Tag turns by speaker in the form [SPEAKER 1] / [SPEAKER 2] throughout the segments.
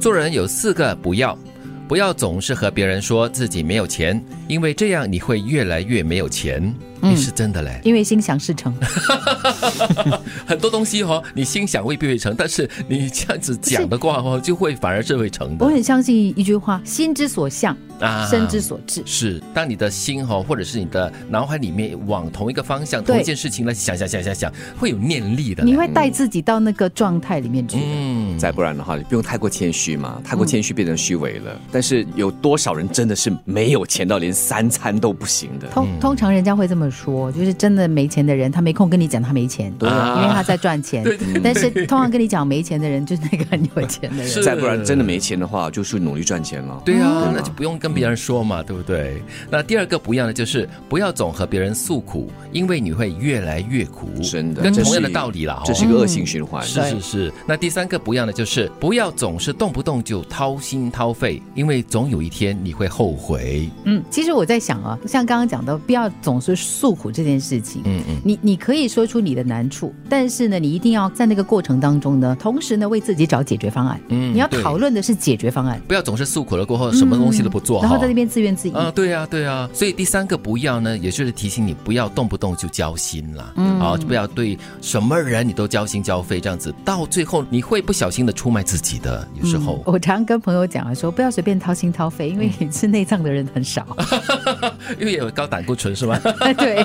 [SPEAKER 1] 做人有四个不要，不要总是和别人说自己没有钱，因为这样你会越来越没有钱。
[SPEAKER 2] 嗯
[SPEAKER 1] 嗯，是真的嘞，
[SPEAKER 2] 因为心想 事成，
[SPEAKER 1] 很多东西哦，你心想未必会成，但是你这样子讲的话哦，就会反而是会成
[SPEAKER 2] 我
[SPEAKER 1] 的
[SPEAKER 2] 很相信一句话：心之所向，
[SPEAKER 1] 啊
[SPEAKER 2] 身之所至。
[SPEAKER 1] 是，当你的心哈、或者是你的脑海里面往同一个方向、
[SPEAKER 2] 对
[SPEAKER 1] 同一件事情来想想想想想，会有念力的嘞。
[SPEAKER 2] 你会带自己到那个状态里面去的。
[SPEAKER 1] 嗯，
[SPEAKER 3] 再不然的话，你不用太过谦虚嘛，太过谦虚变成虚伪了。但是有多少人真的是没有钱到连三餐都不行的？
[SPEAKER 1] 嗯
[SPEAKER 2] 通通常人家会这么说，就是真的没钱的人，他没空跟你讲他没钱，
[SPEAKER 3] 对啊
[SPEAKER 2] 因为他在赚 钱。
[SPEAKER 1] 对对对
[SPEAKER 2] 但是通常跟你讲没钱的人，就是那个很有钱 的人。
[SPEAKER 1] 是
[SPEAKER 3] 再不然真的没钱的话，就是努力赚钱了。
[SPEAKER 1] 对啊
[SPEAKER 3] 嗯，
[SPEAKER 1] 那就不用跟别人说嘛，对不对？那第二个不一样的就是不要总和别人诉苦，因为你会越来越苦，
[SPEAKER 3] 真的
[SPEAKER 1] 跟
[SPEAKER 3] 这是
[SPEAKER 1] 同样的道理啦。哦嗯
[SPEAKER 3] 这是一个恶性循环。
[SPEAKER 1] 是是是，那第三个不一样的就是不要总是动不动就掏心掏肺，因为总有一天你会后悔。
[SPEAKER 2] 嗯，其实我在想啊，像刚刚讲的，不要总是诉苦这件事情。
[SPEAKER 1] 嗯嗯，
[SPEAKER 2] 你你可以说出你的难处，但是呢，你一定要在那个过程当中呢，同时呢为自己找解决方案。
[SPEAKER 1] 嗯
[SPEAKER 2] 你要
[SPEAKER 1] 对
[SPEAKER 2] 讨论的是解决方案，
[SPEAKER 1] 不要总是诉苦了过后什么东西都不做，
[SPEAKER 2] 然后
[SPEAKER 1] 哈
[SPEAKER 2] 在那边自怨自
[SPEAKER 1] 啊，
[SPEAKER 2] 艾。
[SPEAKER 1] 对呀、对呀、所以第三个不要呢，也就是提醒你不要动不动就交心啦，嗯，啊，就不要对什么人你都交心交肺，这样子到最后你会不小心的出卖自己的，有时候。
[SPEAKER 2] 嗯我常跟朋友讲啊，说不要随便掏心掏肺，因为你吃内脏的人很少。
[SPEAKER 1] 因为有高胆固醇是吗？
[SPEAKER 2] 对，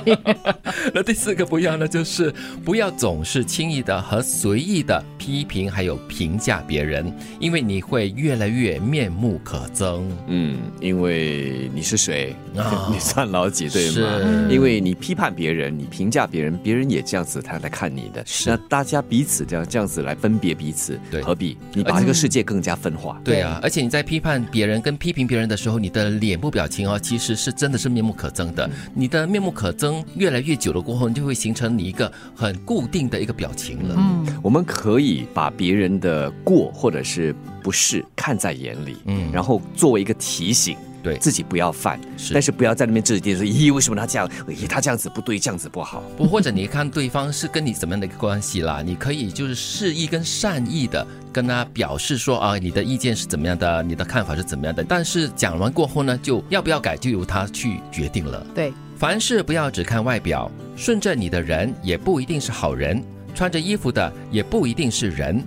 [SPEAKER 1] 那第四个不要呢，就是不要总是轻易的和随意的批评还有评价别人，因为你会越来越面目可憎。
[SPEAKER 3] 嗯，因为你是谁，
[SPEAKER 1] 啊
[SPEAKER 3] 你算老几对吗？
[SPEAKER 1] 是
[SPEAKER 3] 因为你批判别人，你评价别人，别人也这样子他来看你的，
[SPEAKER 1] 是
[SPEAKER 3] 那大家彼此这样这样子来分别彼此，
[SPEAKER 1] 对
[SPEAKER 3] 何必？你把这个世界更加分化。
[SPEAKER 1] 对啊，而且你在批判别人跟批评别人的时候，你的脸部表情哦，其实是真的是面目可憎
[SPEAKER 3] 嗯
[SPEAKER 1] 的。你的面目可憎越来越久了过后，你就会形成你一个很固定的一个表情了。
[SPEAKER 2] 嗯，
[SPEAKER 3] 我们可以把别人的过或者是不是看在眼里，
[SPEAKER 1] 嗯
[SPEAKER 3] 然后作为一个提醒，
[SPEAKER 1] 对
[SPEAKER 3] 自己不要犯，
[SPEAKER 1] 是
[SPEAKER 3] 但是不要在那边自己定说，咦，为什么他这样？咦，哎他这样子不对，这样子不好。
[SPEAKER 1] 不，或者你看对方是跟你怎么样的一个关系啦，你可以就是示意跟善意的跟他表示说啊，你的意见是怎么样的，你的看法是怎么样的。但是讲完过后呢，就要不要改就由他去决定了。
[SPEAKER 2] 对，
[SPEAKER 1] 凡事不要只看外表，顺着你的人也不一定是好人，穿着衣服的也不一定是人。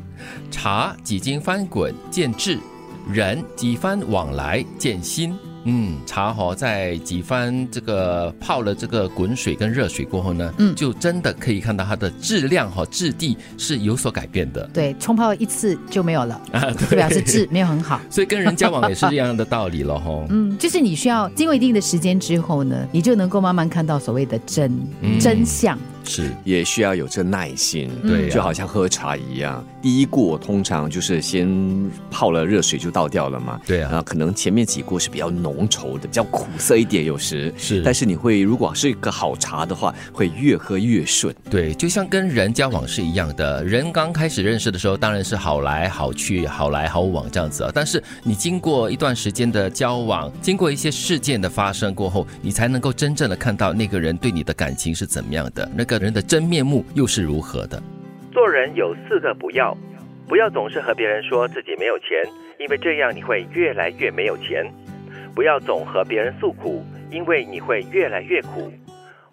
[SPEAKER 1] 茶几经翻滚见智，人几番往来见心。嗯，茶哦，在几番这个泡了这个滚水跟热水过后呢，
[SPEAKER 2] 嗯
[SPEAKER 1] 就真的可以看到它的质量和质地是有所改变的。
[SPEAKER 2] 对，冲泡一次就没有了，就表示质没有很好。
[SPEAKER 1] 所以跟人交往也是这样的道理了吼。
[SPEAKER 2] 嗯，就是你需要经过一定的时间之后呢，你就能够慢慢看到所谓的真、真相。
[SPEAKER 1] 是，
[SPEAKER 3] 也需要有这耐心，
[SPEAKER 1] 对呀
[SPEAKER 3] 就好像喝茶一样，第一锅通常就是先泡了热水就倒掉了嘛，
[SPEAKER 1] 对啊
[SPEAKER 3] 然后可能前面几锅是比较浓稠的，比较苦涩一点，有时
[SPEAKER 1] 是
[SPEAKER 3] 但是你会如果是一个好茶的话，会越喝越顺，
[SPEAKER 1] 对，就像跟人交往是一样的，人刚开始认识的时候，当然是好来好去、好来好往这样子啊。但是你经过一段时间的交往，经过一些事件的发生过后，你才能够真正的看到那个人对你的感情是怎么样的，那个人的真面目又是如何的。
[SPEAKER 4] 做人有四个不要，不要总是和别人说自己没有钱，因为这样你会越来越没有钱；不要总和别人诉苦，因为你会越来越苦；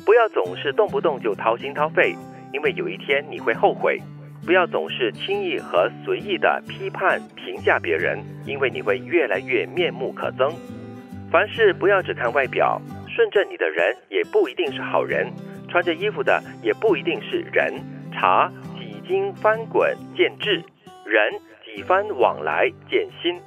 [SPEAKER 4] 不要总是动不动就掏心掏肺，因为有一天你会后悔；不要总是轻易和随意的批判评价别人，因为你会越来越面目可憎。凡事不要只看外表，顺着你的人也不一定是好人，穿着衣服的也不一定是人。茶几经翻滚见智，人几番往来见心。